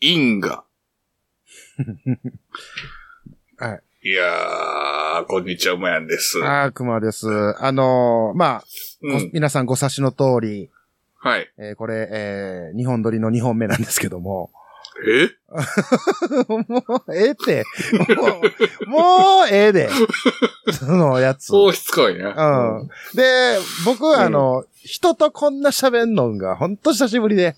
因果。。はいいやー、こんにちは、もやんです。ああ、熊です。あのーまあ、うごん。皆さんご察しの通り、はい。えーこれ、えー、日本撮りの2本目なんですけども。 えもう、ええって。 もう、もうええで。そのやつ。そうしつこいね。うん。で、僕はあの、人とこんな喋んのんが、ほんと久しぶりで、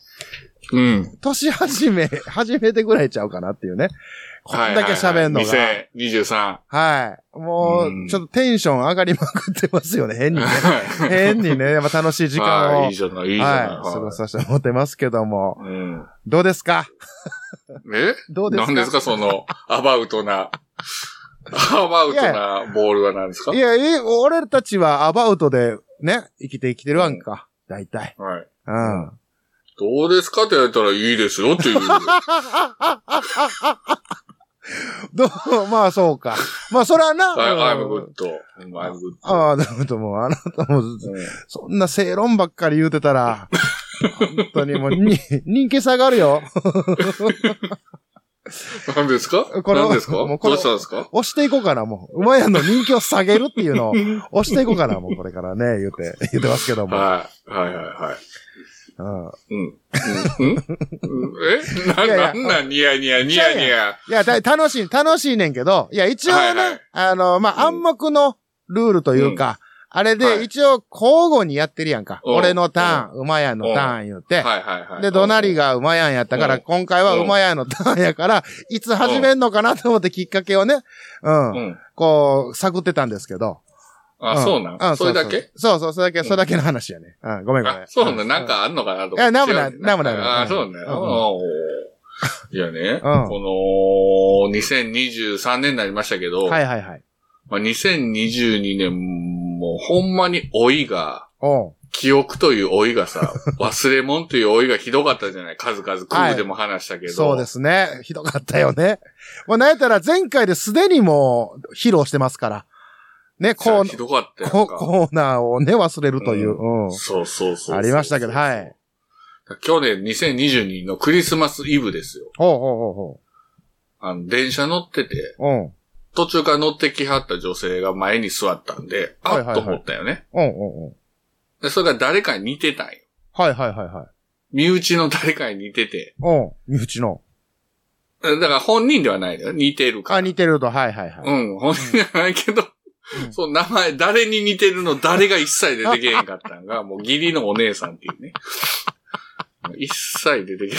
うん。年始め、初めてぐらいちゃうかなっていうね。こんだけ喋んのが。はいはいはい2023。はい。もうんう、ちょっとテンション上がりまくってますよね。変にね。はい変にね、やっぱ楽しい時間を。あーはいいい。じゃない、いいじゃ過ない。ごさせてもらってますけども。うん。どうですかえどうですか何ですか、その、アバウトな、アバウトなボールは何ですかいや、え、俺たちはアバウトで、ね、生きて生きてるわんか。大体。はい。うん。どうですかって言われたらいいですよ っていう。どう、まあそうか。まあそれはな。 I- う I'm ん good. I'm good. ああ、なるほど、もう、あなたも、うんそんな正論ばっかり言うてたら、本当にもう、に、人気下がるよ。何ですかこれ何ですかもどうこれうしたんですか押していこうかな、もう。馬屋の人気を下げるっていうのを、押していこうかな、もう、これからね、言うて、言うてますけども。はい。はいはいはい。ううん。ん。うんうん えない やいなやんなんニヤニヤニヤニヤ。いや、だ楽しい、楽しいねんけど、いや、一応はいはねい、あの、まあ、うん暗黙のルールというか、あれはいで、一応、交互にやってるやんか。うん俺のターン、馬屋のターン言うて、はいはいはい。で、どなりが馬やんやったかうら、ん今回は馬やんのターンやから、いつ始めんのかなと思ってきっかけをね、うん、うん。こう、探ってたんですけど。あ、そうなんんそれだけそうそう、それだけ、んそれだけの話やね。うん、ごめんごめあん。、そうなんなん。かあんのかなと思って。いやなんもない違うなんもないあ、そうね。うんうんいやね、うんこの、2023年になりましたけど、はいはいはい。まあ、2022年もほんまに老いが、おう記憶という老いが さ、忘れ物という老いがひどかったじゃない数々、クールでも話したけど。そうですね。ひどかったよね。もうなんやったら前回ですでにもう披露してますから。ね、こひう、どかったやんこか。コーナーをね、忘れるという。うん。そうそうそうそう。ありましたけどはい。去年2022のクリスマスイブですよ。ほうほあの、電車乗ってて、うほうほう。途中から乗ってきはった女性が前に座ったんで、あはいっはいはいと思ったよね。うん。うんうんうん。で、それが誰かに似てたんよ。はいはいはいはい。身内の誰かに似てて。うん。身内の。だから本人ではないのよ。似てるから。あ、似てると、はいはいはい。うん、本人じゃないけど、うんその名前、誰に似てるの誰が一切出てけへんかったん が、もう義理のお姉さんっていうね。一切出てけへん。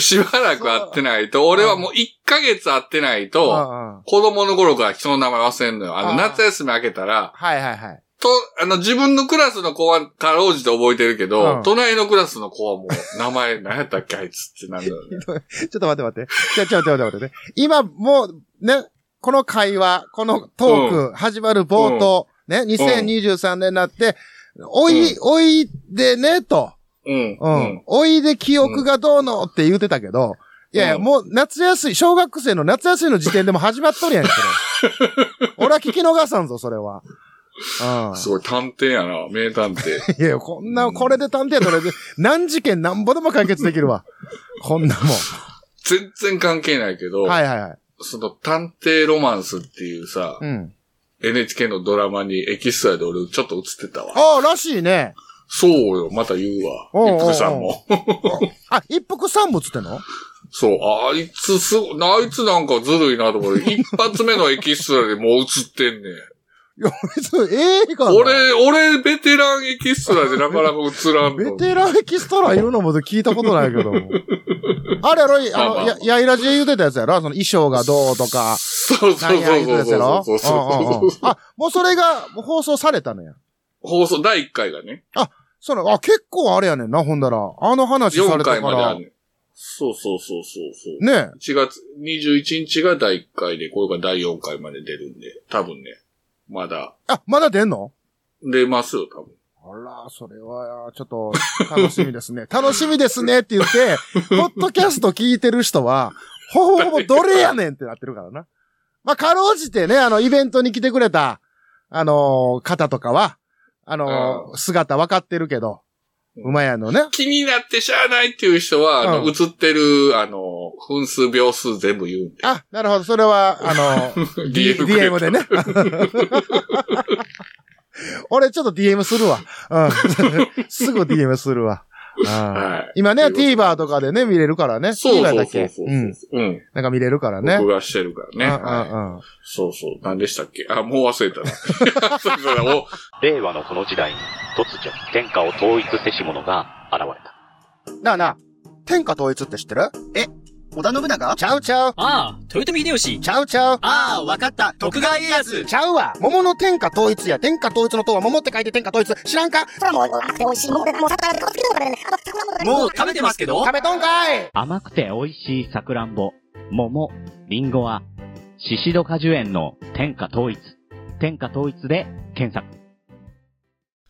しばらく会ってないと、俺はもう1ヶ月会ってないと、ああ子供の頃から人の名前忘れんのよ。ああの、あ夏休み明けたら、はいはいはい。と、あの、自分のクラスの子は、かろうじて覚えてるけど、うん隣のクラスの子はもう、名前、何やったっけ、あいつってなるのよね。ちょっと待って待って。ちょ、ちょ、ちょ、待って待って。今、もう、ね、この会話、このトーク、始まる冒頭、ね、2023年になって、おい、おいでね、と。うん。ううんん。。おいで記憶がどうのって言うてたけど、いやいや、うんもう夏休み、小学生の夏休みの時点でも始まっとるやん、そ れ。俺は聞き逃さんぞ、それは。うん。すごい、探偵やな、名探偵。いや、こんな、これで探偵取れて、何事件なんぼでも解決できるわ。こんなもん。全然関係ないけど、はいはいはい。その探偵ロマンスっていうさ、うん。 NHK のドラマにエキストラで俺ちょっと映ってたわ。ああ、らしいね。そうよ、また言うわ。おうおうおう一服さんも。あ、一服三物ってのそう、あいつすご、あいつなんかずるいなと思 って、一発目のエキストラでもう映ってんねん。いや、別に映画の俺、俺、ベテランエキストラでなかなか映らんベの。テランエキストラいるのも聞いたことないけども。あれやろ、あまあまの、あや、やいらじで言うてたやつやろその衣装がどうとか。そうなそんうやそう言うてたやつやそろうそう そうそう。うんうんうんあ、もうそれがもう放送されたのや。放送第1回がね、その、あ、結構あれやねんな、ほんだら。あの話さ4れた回かまであら。るねねん。そうそうそうそうそう。え。 1月21日が第1回で、これが第4回まで出るんで、多分ね、まだあ、まだ出んの出ますよ、多分。あら、それは、ちょっと、楽し みですね。楽しみですねって言って、ポッドキャスト聞いてる人は、ほぼほぼどれやねんってなってるからな。まあ、かろうじてね、あの、イベントに来てくれた、あのー方とかは、あのー姿分かってるけど、馬屋のね。気になってしゃあないっていう人は、あうんの、映ってる、あの、分数、秒数全部言うんで。あ、なるほど。それは、あの、D- DM くれ DM でね。 俺ちょっと DM するわ。うん。 すぐ DM するわ。あはー今ね、ということ TVer とかでね、見れるからね。い。そうそう TVer そだうそうけ。そう。うん。うん。なんか見れるからね。録画してるからね。うんはいうんうんそうそう。何でしたっけあ、もう忘れたな。 そうそうお令和のこの時代に突如天下を統一せし者が現れた。なあなあ、天下統一って知ってる織田信長ちゃうちゃう。ああ、豊臣秀吉。ちゃうちゃう。ああ、わかった。徳川家康。ちゃうわ。桃の天下統一や。天下統一の塔は桃って書いて天下統一。知らんかそれはもう、うわくて美味しい。もう、もう、魚でこっつけたからね。あと、桜ももう食べてますけど食べとんかい甘くて美味しいさくらんぼ、桃、りんごは、シシド果樹園の天下統一。天下統一で検索。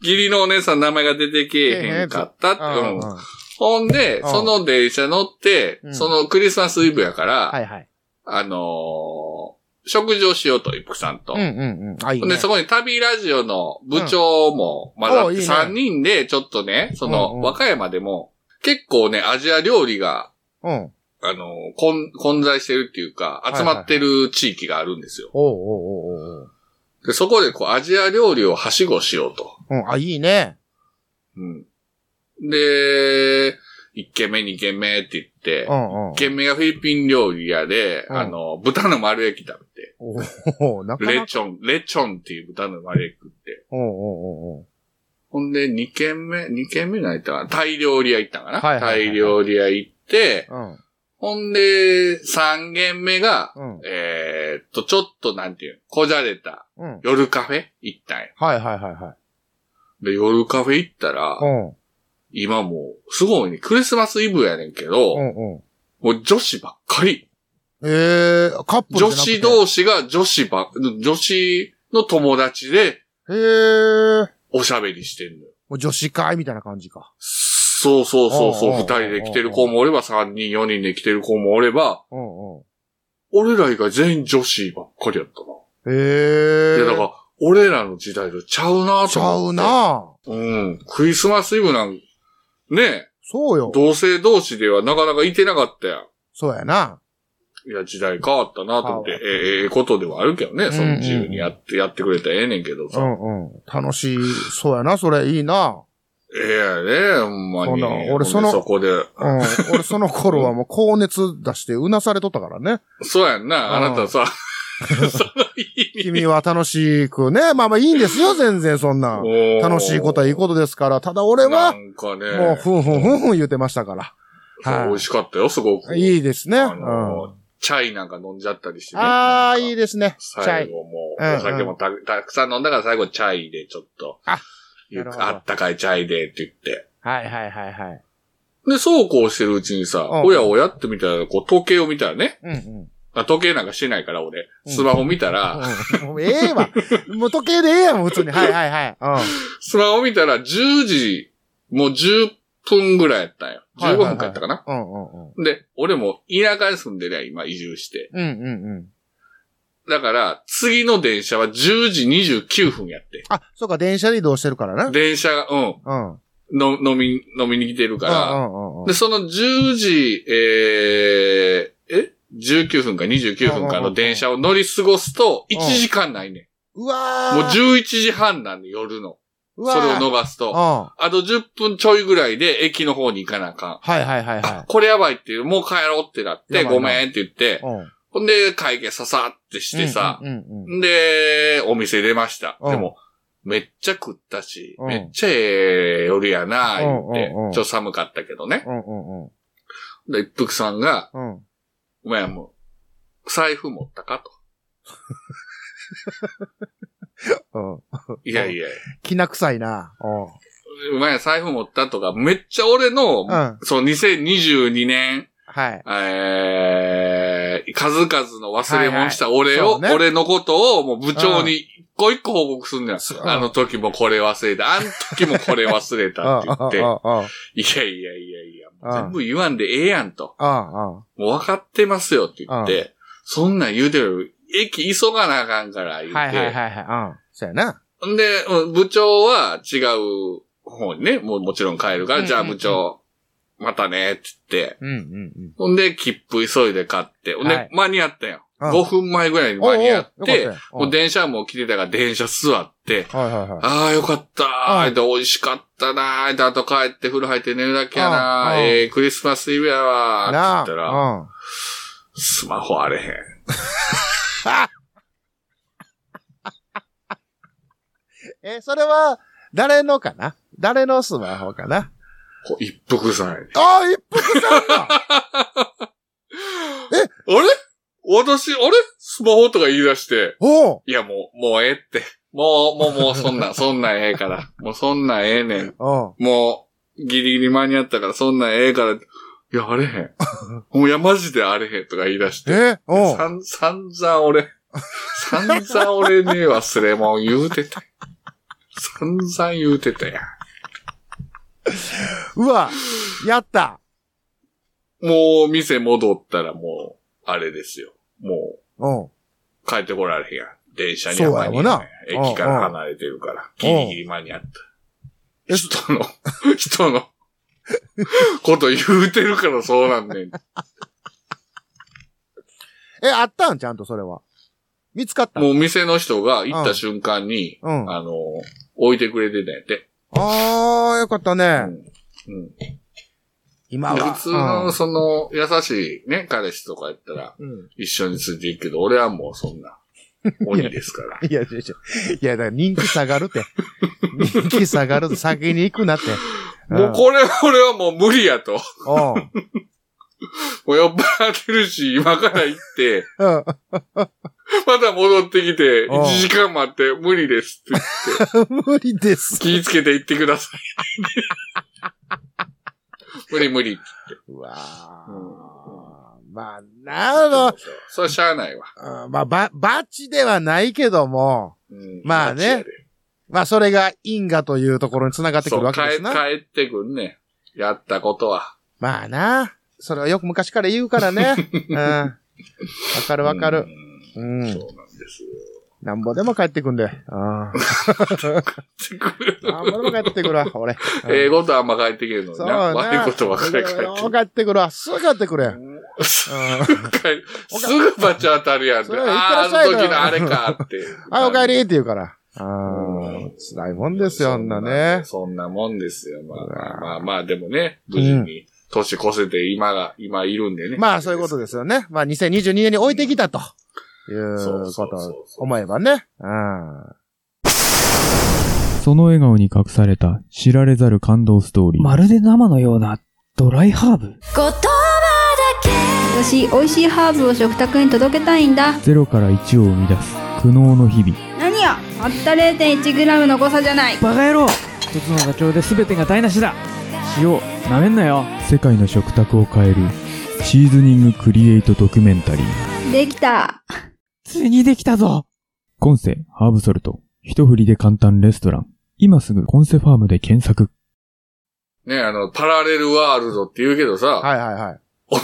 義理のお姉さんの名前が出てけえへんかったって。うんうんうんほんで、うんその電車乗ってう、んそのクリスマスイブやから、はいはい。あのー食事をしようと、一服さんと。うんうんうん。あ、いいほんねで、。そこに旅ラジオの部長も混ざおっういいて、ね3人で、ちょっとね、そうんうの、ん和歌山でも、結構ね、アジア料理が、うん。おうあのー混、混在してるっていうか、集まってる地域があるんですよ。おうおうおうおう。で、そこで、こう、アジア料理をはしごしようと。うん、あ、いいね。うん。で、1軒目、2軒目って言って、うんうん一。軒目がフィリピン料理屋で、うんあの、豚の丸焼き食べて、お お、なかなレか。チョン、レチョンっていう豚の丸焼き食って。おうおうおうおうほんで、二軒目、二軒目何行ったかなタイ料理屋行ったかな、はいはいはいはいタイ料理屋行って、うん。ほんで、三軒目が、うん。えーっと、ちょっとなんていうの、こじゃれたうん。夜カフェ行ったんや。はいはいはいはい。で、夜カフェ行ったら、うん。今もう、すごいね、クリスマスイブやねんけど、うんうん。もう女子ばっかり。えー、カップルじゃ女なくて子同士が女子ば、女子の友達で、へえー。おしゃべりしてんのよ。もう女子会みたいな感じか。そうそうそうそう、うんうんうんうん二人で来てる子もおれば、三人、四人で来てる子もおれば、うんうん。俺ら以外全員女子ばっかりやったへな。えー。いや、だから、俺らの時代とちゃうなちとゃ思うって。なうん。クリスマスイブなん、ねえ、そうよ。同性同士ではなかなかいてなかったやん。そうやな。いや、時代変わったなと思って、え変わっえええことではあるけどね、そうんうのん自由にやって、やってくれたらええねんけどうさ。んうん。楽しい。そうやな、それいいな。ええやね、ほんまそんに。な俺ほそんのでそこで、うん。俺その頃はもう高熱出してうなされとったからね。 そうやんな、あうんなたさ、その意味君は楽しくね。まあまあいいんですよ、全然そんな。楽しいことはいいことですから。ただ俺はな、んかね、もうふんふんふんふん言ってましたから。そう美味しかったよ、すごく。いいですね。うあん。の、チャイなんか飲んじゃったりしてね。ああ、いいね。ですね。チャ最イ。後もう、うんうんお酒もたたくさん飲んだから最後チャイでちょっと。あゆなるほどあったかいチャイでって言って。はいはいはいはい。で、そうこうしてるうちにさ、うんおやおやってみたら、こう、時計を見たらね。うんうん。あ時計なんかしてないから、俺。うんスマホ見たら、うんもうえ えわ。もう時計でええやん、普通に。はいはいはい。スマホ見たら10時、もう10分ぐらいやったんよ。はい15はいはい分かやったかな。うん。うんうんうん。で、俺も田舎に住んでりゃ、今移住して。うんうんうん。だから、次の電車は10時29分やって。あ、そうか、電車で移動してるからね。電車が、うん、うん。うんの、飲み、飲みに来てるうかんうんら。で、その10時、えー、え ?19 分か29分かうんうんうのん電車を乗り過ごすと、うん1時間ないねうわん。ーもう11時半なんで、夜の。うわそれをー逃すうと。ん。はあと10分ちょいぐらいで駅の方に行かなあかん。いはいはいはあ、これやばいっていう、もう帰ろうってなっやばて、いなごめんって言って い。、うん。ほんで会計ささってしてさ、うんうんうん。で、お店出ました。うんでも、めっちゃ食ったし、うんめっちゃええ夜やな、言って、うんうんうんちょっと寒かったけどね。うんうんうん。で、一服さんが、うん。お前もう、財布持ったかうん。と。いやいや、きな臭いな。お前財布持ったとか、めっちゃ俺の、うんそう、2022年、はい。えー、数々の忘れ物した俺はいはを、いそうね俺のことをもう部長に一個一個報告すんだよそう。あの時もこれ忘れた、あの時もこれ忘れたって言って、ああ、あいやいやいやいや、もうああ全部言わんでええやんと。あ、あもう分かってますよって言って、そんなん言うてる、駅急がなあかんから言あ。うて、はいはいはいはい。うん。そうやな。んで、うん部長は違う方にね、もうもちろん帰るかうんら、じゃあ部長、またね、って言って。うんうんうん。ほんで、切符急いで買って。ほんはいで、間に合ったよ。うん5分前ぐらいに間に合っおうおてうよかったよ、うんもう電車はもう来てたから電車座って、はいはいはい。ああ、よかったうんー。で、美味しかったなー。で、あと帰って風呂入って寝るだけやなうんー。うんええ、クリスマスイブやわー。って言ったら、あ。うん。スマホあれへん。 え、それは、誰のかな誰のスマホかなほ一服さんやね。ああ、一服さんかあれ私、あれスマホとか言い出して。おういや、もう、もうええって。もう、もう、もう、そんなん、そんなんええから。もう、そんなんええねん。うん。もう、ギリギリ間に合ったから、そんなんええから。いや、あれへん。もう、いや、マジであれへんとか言い出して。えおうさん、さんざん俺、さんざん俺に忘れもん言うてた。さんざん言うてたやん。うわ、やった。もう、店戻ったらもう、あれですよ。もう、うん。帰ってこられへんやん。電車にそはうや間にろ合わへなん。駅かうんらうん離れてるから、ギリギリ間に合った。え人の、人の、こと言うてるからそうなんねん。え、あったんちゃんとそれは。見つかった。もう店の人が行った瞬間に、うん。ああの、置いてくれてたんやって。あー、よかったね。うん。今は。普通の、うんその、優しいね、彼氏とかやったら、うん。一緒についていくけど、俺はもうそん な、鬼ですから。いや、いや、いや、いやだから人気下が るって。人気下がる、先に行くなって。 もうこれ、俺はもう無理やと。うん。うんもう酔っ払ってるし、今から行って、うん。また戻ってきて、うん1時間待って、無理ですって言って、 無理です。気ぃつけて行ってください。 無理無理。うわーうんまあ、なるほど。それはしゃあないわ。うんまあ、ば、バチではないけども、うんまあね。間違いでまあ、それが因果というところに繋がってくそるわう、けです帰な。帰ってくんね。やったことは。まあな。それはよく昔から言うか らね。うん。わかるわかる。うん。うん。そうなんですよ。なんぼでも帰ってくんで。ああ。ってくるなんぼでも帰ってくるわ、俺。ええことはあんま返ってけるのにそなう。な。悪いことばっかり返ってくるもう帰ってくるわ。すぐ帰ってくれ。うん。帰すぐバチ当たるやんって。それあはあー、あ言ってらっしゃのいよ時のあれか って。はい、お帰りって言うから。ああうん。辛いもんですよ、あんなね。そんなもんですよ。まあうわーまあまあ、でもね、無事に年越せて今が、今いるんでね。まあ、そういうことですよね。まあ、2022年に置いてきたと。いうそうこそうとそうそうを思えばね。うん。その笑顔に隠された知られざる感動ストーリー。まるで生のようなドライハーブ私美味しいハーブを食卓に届けたいんだゼロから1を生み出す苦悩の日々。何やたった 0.1g の誤差じゃないバカ野郎一つの妥協で全てが台無しだ塩なめんなよ世界の食卓を変えるシーズニングクリエイトドキュメンタリー。できたついにできたぞコンセハーブソルト。一振りで簡単レストラン。今すぐコンセファームで検索。ね、あの、パラレルワールドって言うけどさ、はいはいはい。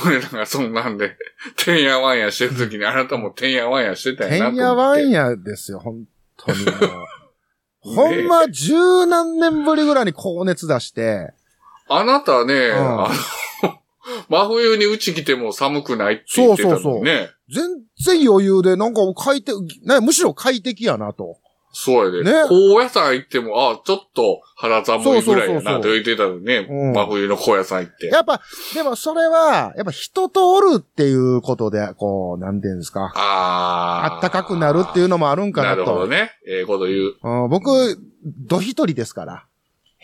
俺らがそんなんで、 てんやわんやしてる時にあなたもてんやわんやしてたんやなてと思って。んやわんやですよ、本当 にもう。ほんま十何年ぶりぐらいに高熱出して、あなたね、んあの、 真冬にうち来ても寒くないって言ってたのにね。そそううそう全然余裕で、なんか快適、ね、むしろ快適やなと。やで。ね高野山行っても、ああ、ちょっと腹寒いぐらいそうそうそやうそうなと言ってたのにね、うん真冬の高野山行って。やっぱ、でもそれは、やっぱ人とおるっていうことで、こう、なんていうんですか。ああ。あったかくなるっていうのもあるんかななるほどと。ね。ええこと言う。うん、僕、ど一人ですから。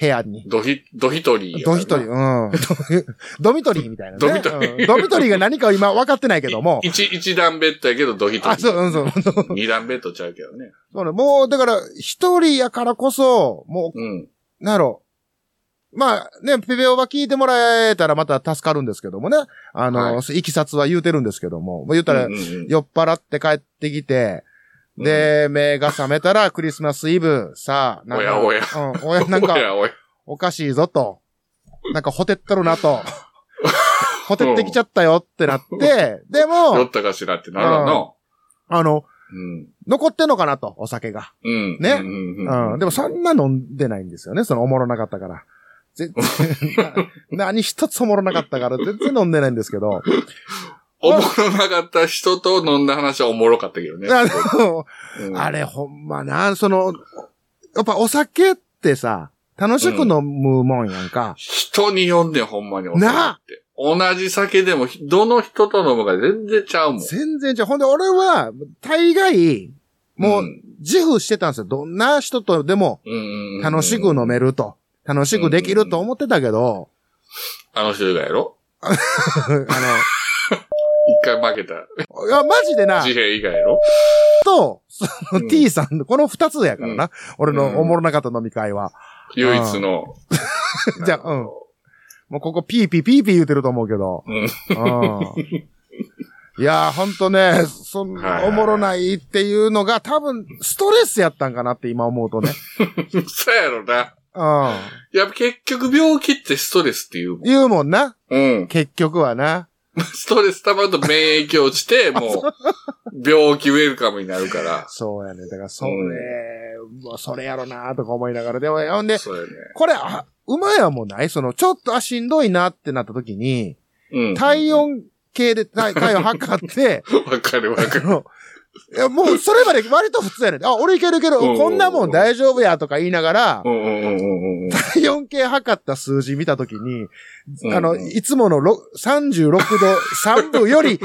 部屋に。ドヒ、ドヒトリーやかどら一な。人、うん。 ドミトリーみたいなね。ドミトリーうんドミトリーが何か今分かってないけどもい。一、一段ベッドやけどドヒトリー。あ、そう、うん、そう。二段ベッドちゃうけどね。そうね、もう、だから、一人やからこそ、もうん。う、なんやろ。まあね、ペペオバ聞いてもらえたらまた助かるんですけどもね。あの、いきさつは言うてるんですけども。もう言ったらうん、うん酔っ払って帰ってきて、で、目が覚めたらクリスマスイブ、さあ、なんか、おやうん、おや、なんおか、やおやおかしいぞと。なんか、ほてったるな と。ほてってきちゃったよってなって、で酔もっ、たかしらってなるの。あの、うん。残ってんのかなと、お酒が。うん。ねうんうんうんうん。でもそんな飲んでないんですよね。そのおもろなかったから。 全然、な何一つおもろなかったから全然飲んでないんですけど。おもろなかった人と飲んだ話はおもろかったけどね。あのうんあれほんまな、その、やっぱお酒ってさ、楽しく飲むもんやんか。人によんねん、ほんまに。なあって。同じ酒でも、どの人と飲むか全然ちゃうもん。全然じゃうほんで俺は、大概、もううん自負してたんですよ。どんな人とでもうん楽しく飲める。ると。楽しくできると思ってたけど、あの人以外やろあの、一回負けた。いや、マジでな、自閉以外やろと、そのうん T さんの、この二つやからな。俺うんのおもろなかった飲み会は。唯一の。じゃあ、うん。もうここピーピーピーピー言うてると思うけど。うんうん。いやー、ほんとね、そんはいはいはいおもろないっていうのが多分、ストレスやったんかなって今思うとね。そうやろな。うやっぱ結局病気ってストレスっていうもんん。。言うもんな。うん。結局はな。ストレス溜まると免疫落ち て、もう、病気ウェルカムになるから。そうやね。だから、それ、うわそれやろなとか思いながら。でも、ほんで、そうやね。これ、あ、うまいはもうないその、ちょっと、あ、しんどいなってなった時に、うん。体温計で体体温測って、わか るわか ある。のいや、もう、それまで割と普通やねん。あ、俺いけるいける。うんこんなもん大丈夫やとか言いながらう、んうんうんうんうん。体温計測った数字見たときに、うんあの、いつものろ36度3分より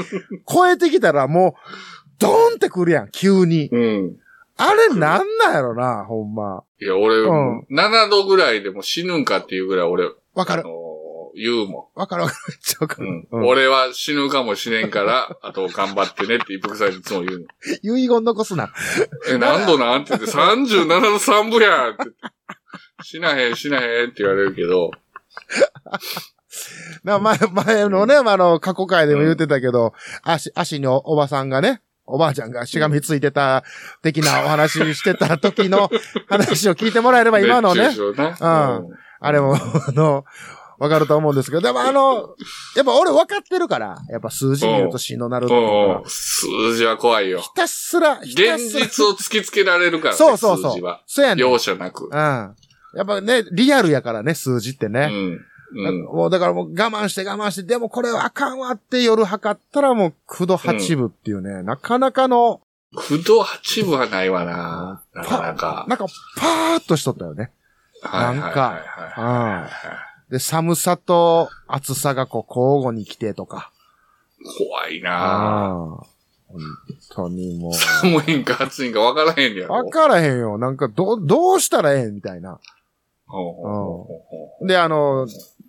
超えてきたらもう、ドーンってくるやん、急に。うん。あれなんなんやろな、ほんま。いや、俺、うん7度ぐらいでも死ぬんかっていうぐらい俺、わかある。のー言うもわかるわかる。めっちゃわかん。うんる。うん俺は死ぬかもしれん から、あと頑張ってねって一服さんにいつも言うの。遺言残すな。え、何度なんって言って、37度3分やんって。死なへん、死なへんって言われるけど、な、前、前のね、まああの、過去回でも言ってたけど、足、足におおばさんがね、おばあちゃんがしがみついてた、的なお話してた時 の話を聞いてもらえれば今の熱ね、中症ね。うんうんあれも、あの、わかると思うんですけど、でもあの、やっぱ俺分かってるから、やっぱ数字見るとしんどなるっていうのうんは。数字は怖いよ。ひたすら、ひた現すら。実を突きつけられるからね、そうそうそう数字は。そうやねん。うん。容赦なく。やっぱね、リアルやからね、数字ってうね。ん。うん。もうだからもう我慢して我慢して、でもこれはあかんわって夜測ったらもう9度8分っていうね、なかなかの、不動八分はないわな。なかなか。なんかパーっとしとったよね。はいはいはいはいうんで、寒さと暑さがこう交互に来てとか。怖いなぁああ。本当にもう。寒いんか暑いんか分からへんねやろ。わからへんよ。なんか、ど、どうしたらええんみたいな。ほうほうほうほうほで、あの、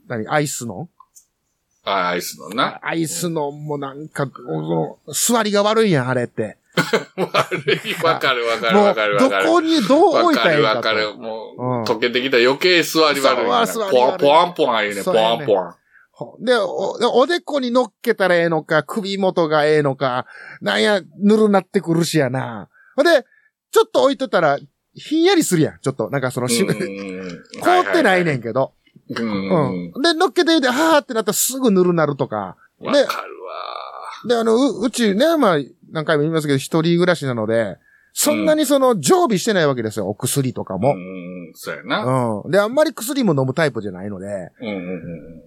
何、アイスのうあ、アイスのな。 アイスのもなんか、おその、座りが悪いやん、あれって。悪い。分かる分かるも分うかる、分どかる。こにどう置分いたからええるんか分とかる。もう、うん溶けてきたら余計座り悪いな。そうポワ座り悪ンいポワンポワン言うね。ポそうやワねンポワン。ほでお、でおでこに乗っけたらええのか、首元がええのか、なんや、ぬるなってくるしやな。ほんで、ちょっと置いてたら、ひんやりするやん。ちょっと、なんかその し、凍ってないねんけけど。ど。うんううんん。で、乗っけて、で、はーってなったらすぐぬるなるとか。うん。わでかるわ。で、あの、う、うちね、まあ、何回も言いますけど、一人暮らしなので、そんなにその、常備してないわけですよ。お薬とかうも。んうん。そうやな。うん。で、あんまり薬も飲むタイプじゃないので、うんうんうん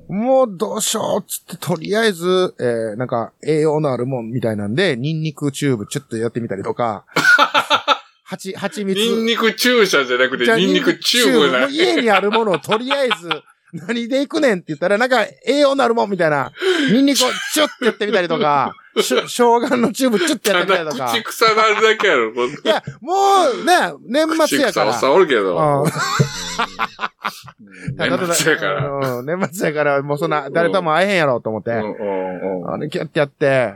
もうどうしようっつって、とりあえず、えー、なんか、栄養のあるもんみたいなんで、ニンニクチューブちょっとやってみたり とか、はち、はちうん。みつ。ニンニク注射じゃなくてじゃあ、ニンニクチューブもなう。家にあるものをとりあえず、何で行くねんって言ったら、なんか、栄養のあるもんみたいな、ニンニクをちょっとやってみたりとか、しょ生姜のチューブちょっとやってみたたりだとか。口臭なるだけやろ。こんないや、もうね、年末やから。口臭おっさんおるけど。うんうん年末やから。ら。うん年末やから、もうそんな、誰とも会えへんやろうと思って。うんうんうんあの、ギュッてやって、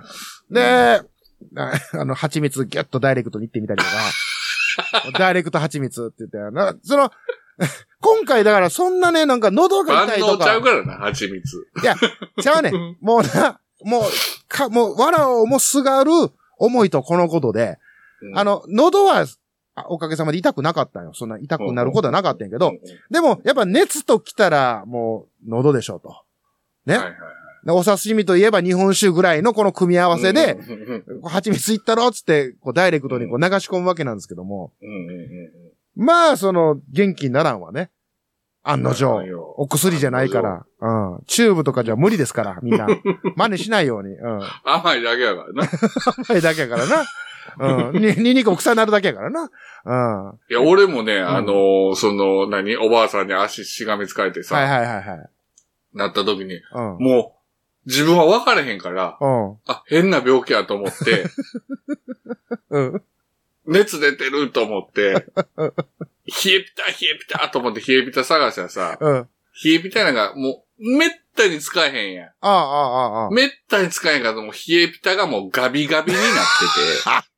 で、 なあの、蜂蜜ギュッとダイレクトに行ってみたりとか、 ダイレクト蜂蜜って言って、なその、 今回だからそんなね、なんか喉が痛万い能とちゃうか、からな、蜂蜜。ちゃう ねん。もうな、もう、か、もう、藁をもすがる思いとこのことで、うんあの、喉は、あおかげさまで痛くなかったんよ。そんな痛くなることはなかったんやけど、、でも、やっぱ熱と来たら、もう、喉でしょうと。ねねはいはい。でお刺身といえば日本酒ぐらいのこの組み合わせで、うんうんこう蜂蜜いったろっつって、こうダイレクトにこう流し込むわけなんですけども、うんうんまあ、その、元気にならんわね。案の定。うんお薬じゃないから。うん。チューブとかじゃ無理ですから、 みんな。真似しないように。うん。甘いだけやからな。いあれだけやからな。うん。に、ニンニク臭なるだけやからな。うん。や、俺もね、あのーその、何、おばあさんに足しがみつかれてさ、はいはいはいはい。なった時に、うん。もう、自分は分からへんから、あ、変な病気やと思 って、うん。うん。熱出てると思って、冷えピタ、冷えピタと思って冷えピタ探したらさ、うん。あ冷えピタなんかもう、めったに使えへんやん。あ、ああ、ああ。めったに使えへんから、もう冷えピタがもうガビガビにな ってて、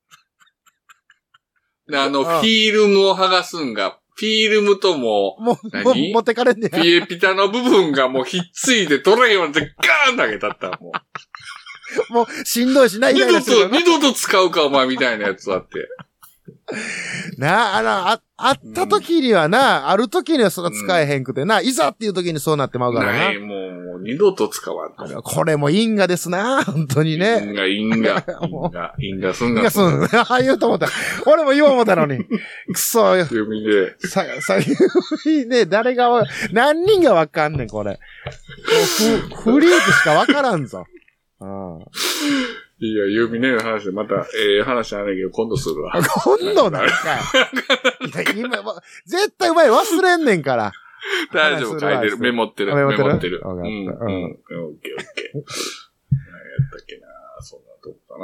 であの、フあィルムを剥がすんが、フィルムとももう、何もう持ってかれんねう、冷や。えピタの部分がもうひっついて取れへんようになってガーン投げたったもう。もう、しんどいしな、イ二ライ度ラすると、よな二度と使うか、お前みたいなやつだって。なあ、あの、あ、あった時にはな、ある時にはそんな使えへんくてな、いざっていう時にそうなってまうからな、。ないもう、もう二度と使わんと思う。これも因果ですな、本当にね。因果、因果、 も因う果、因果すんいな。や、そう、ああ言うと思った。俺も言おう思ったのに。くそ、強みで。さ、さ、いいね、誰がわ、何人がわかんねん、これ。もうフフリークしかわからんぞ。うん。いや、ユーミネの話で、また、ええ話じゃないけど、今度するわ。今度 なんかい。いや、今、わ絶対お前忘れんねんから。大丈夫、書いてる。メモってる。メモメってるモってる。わかっうん。たうん。オッケーオうんッケー。何やったっけなそんなとこか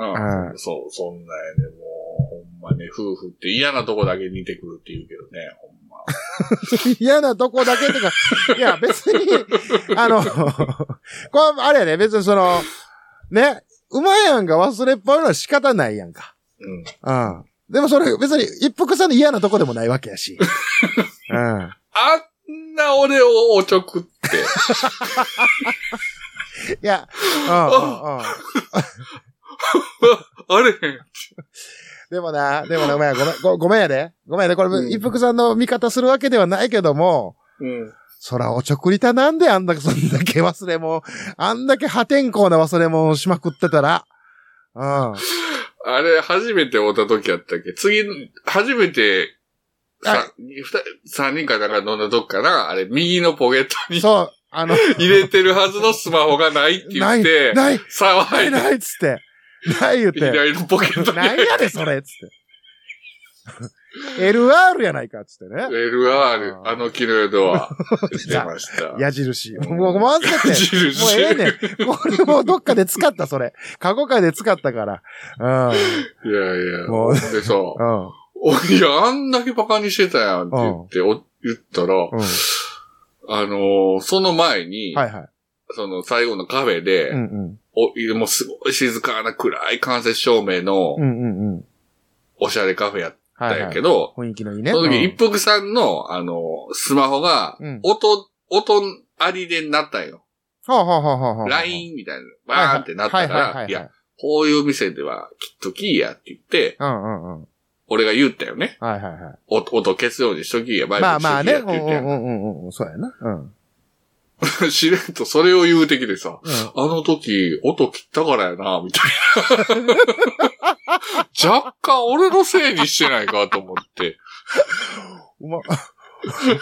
な。うそう、そんなやね。もう、ほんまね、夫婦って嫌なとこだけ似てくるって言うけどね、ほんま。嫌なとこだけと か、いや、別に、あの、これ、あれやね、別にその、ね、うまいやんが忘れっぽいのは仕方ないやんか。うん。うん。でもそれ、別に一服さんの嫌なとこでもないわけや し。うん。あんな俺をおちょくって、いや、うんうんうん。あれへん。でもな、でもな、ごめん、ごめん、ごごめんやで。ごめんやで、これ、うん一服さんの味方するわけではないけども、うん。そら、おちょくりたなんであんだけ、そんだけ忘れもん、あんだけ破天荒な忘れもんをしまくってたら、うん。あれ、初めて会った時やったっけ次、初めて、さ、二人三人かなんか飲んだ時かなあれ、右のポケットにそう、あの、入れてるはずのスマホがないって言なっい、て、ない、ない、騒いないっつって。ない言っで、て。左のポケットになんやで、それっつって。LR やないかっつってね。 LR、あの木の宿は、出ました。矢印。もう、まずって。印もうええねん。これもうどっかで使った、それ。過去回で使ったから。いやいや。もうでさ、うおん。うん。いや、あんだけバカにしてたやんって言って、お言ったら、うん。あのーその前に、はいはい。その最後のカフェで、うんうん。おいもうすごい静かな暗い間接照明のうんうんうん。おしゃれカフェやっはたんい、やはけい。ど、雰囲気のいいね。その時、うん一服さんの、あの、スマホがうん、音、音ありでなったんよ。はあはあはあはあはあ。 LINE みたいな、バーンってなったはいはいはいかはら、いいや、こういう店ではきっとキーやって言って、うんうんうん。俺が言ったよね。はいはいはお音消すようにしときや、バい。イブましとあきまやあっね。てうんう言ってやんんうんうん。そうやな。うん。知れんとそれを言うてきてさ、うんあの時、音切ったからやな、みたい な。若干俺のせいにしてないかと思って。うま、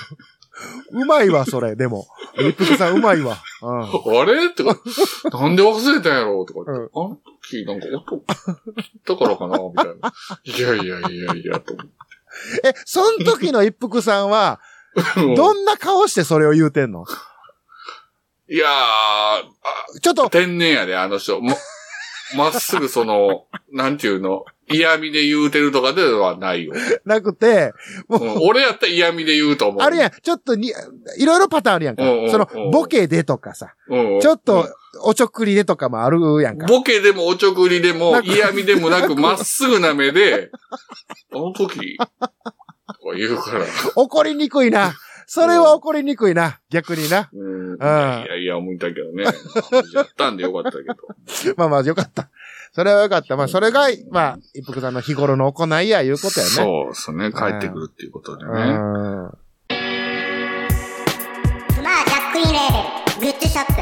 うまいわ、それ、でも。リップクさん、うまいわ。うあれってか、なんで忘れたんやろうとか、う言んってあの時なんか音切ったからかなみたいな。いやいやいやいや、と思って。ん。え、そん時の一服さんは、どんな顔してそれを言うてんのいやーあ、ちょっと、天然やで、あの人。ま、まっすぐその、なんていうの、嫌味で言うてるとかではないよ。なくて、もうんう、俺やったら嫌味で言うと思う。あるやん、ちょっとに、いろいろパターンあるやんかうんうんう。んその、ボケでとかさ、うんちょっと、おちょくりでとかもあるやんか。ボケでもおちょくりでなもんか嫌味でもなくまっすぐな目で、あの時、とか言うから。怒りにくいな。それは怒りにくいな。逆にな。うん、いああやいや、思ったけどね。やったんでよかったけど。まあまあ、よかった。それはよかった。まあ、それが、まあ、一服さんの日頃の行いや、いうことやね。そうですね。帰ってくるっていうことでうね。ん。まあ、ジャックインレーベル、グッズショップ、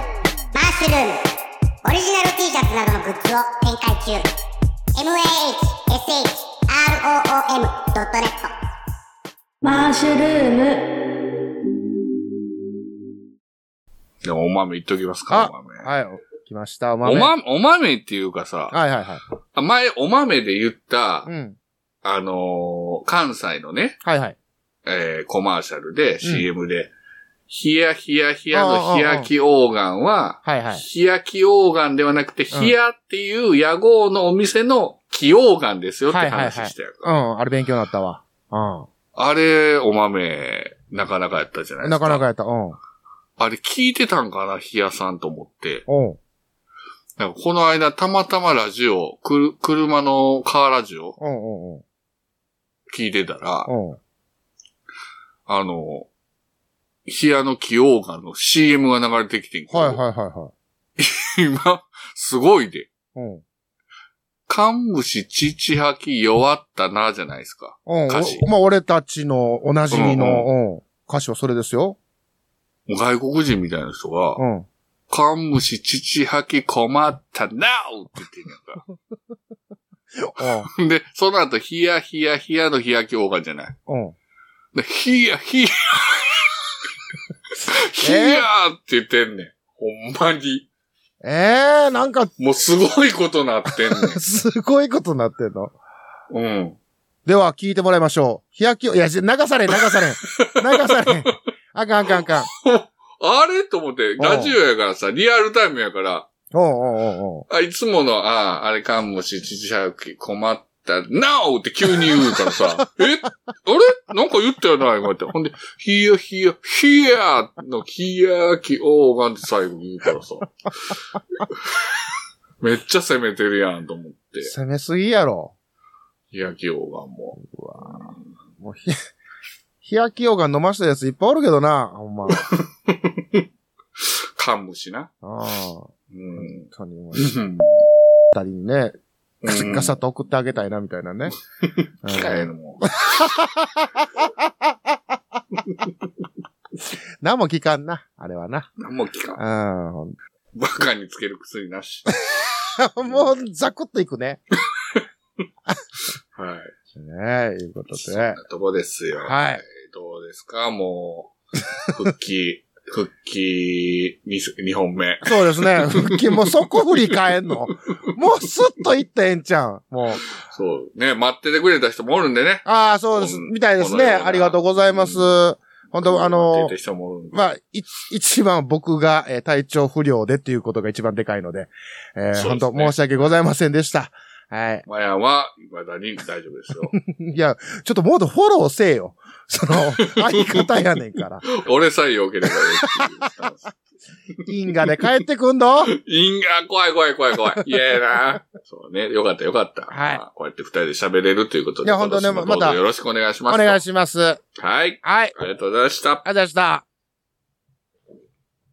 マッシュルームオリジナル T シャツなどのグッズを展開中 mahshroom.net マッシュルーム。でもお豆言っときますか、あお豆。、はい、来ました。お豆。おま、お豆っていうかさ、はいはいはい。前、お豆で言った、うん。あのー関西のね、はいはい。えーコマーシャルで、CM で、ヒヤヒヤヒヤのヒヤキオーガンは、はいはい。ヒヤキオーガンではなくて、ヒヤっていう屋号のお店のキオーガンですよって話してる。うん、あれ勉強になったわ。うあれ、お豆、なかなかやったじゃないでん。なすか。かなかやった。うん。あれ聞いてたんかな、ヒヤさんと思って。うん。なんかこの間、たまたまラジオ、くる車のカーラジオうんうんうん。聞いてたら、うん。あの、ヒアのキオーガンの CM が流れてきてんけどはいはいはいは今、すごいで。い。うん。缶虫ちちはき弱ったな、じゃないですか。うん。歌詞おまあ、俺たちのおなじみの、ううん歌詞はそれですよ。もう外国人みたいな人がう、ん。缶虫ちちはき困ったなおって言ってんやんか。で、その後、ヒヤヒヤヒヤのヒヤキオーガンじゃない。うん。うん。でヒヤヒヤヒヤーって言ってんねん。ほんまに。ええー、なんか、もうすごいことなってんねん。すごいことになってんの。うん。では、聞いてもらいましょう。日焼けを、いや、じゃ流されん、流されん。流 されん。あかん、あかん、あかん。あれと思って、ラジオやからさ、リアルタイムやから、おうおうおうおうあ、いつもの、ああ、あれかもし、ちちはき困った、なおって急に言うからさ、えあれなんか言ったよな、今って。ほんで、ヒヤヒヤ、ヒヤのヒヤきオーガンって最後に言うからさ。めっちゃ攻めてるやんと思って。攻めすぎやろ。ヒヤきオーガンも。もう、ひ、 日焼けようが飲ましたやついっぱいおるけどな、ほんま。かむしな。ああ、本 うん。当にもう、二人にね、ガサガサと送ってあげたいな、みたい なね。機械やのもう。何も聞かんな、あれはな。何も聞かん。うんほんバカにつける薬なし。と、もう、ザクッといくね。はい。ねいうことそんでな。とこですよ。はい。どうですかもう、復帰、 復帰 2, 二本目。そうです ね。復帰、もうそこ振り返んの。もうスッといったらええんちゃん。もう。そう。ね、待っててくれた人もおるんでね。ああ、そうです。うんみたいですこのね。ようなありがとうございますう。本当待っあのて、た人もおるんで。まあ、い一番僕が、えー体調不良でっていうことが一番でかいので、えーそう本です当ね申し訳ございませんでした。はい。マヤは、未だに大丈夫ですよ。 いや、ちょっともっとフォローせえよ。その、相方やねんから。俺さえ良ければいいっていうスタンス。因果で帰ってくんの因果、怖い怖い怖い怖い。嫌やな。そうね。よかったよかった。はいまあこうやって二人で喋れるということで。いや本当ね今年もどうぞまたよろしくお願いしおます。願いします。はい。はい。ありありがとうございました。がとうございました。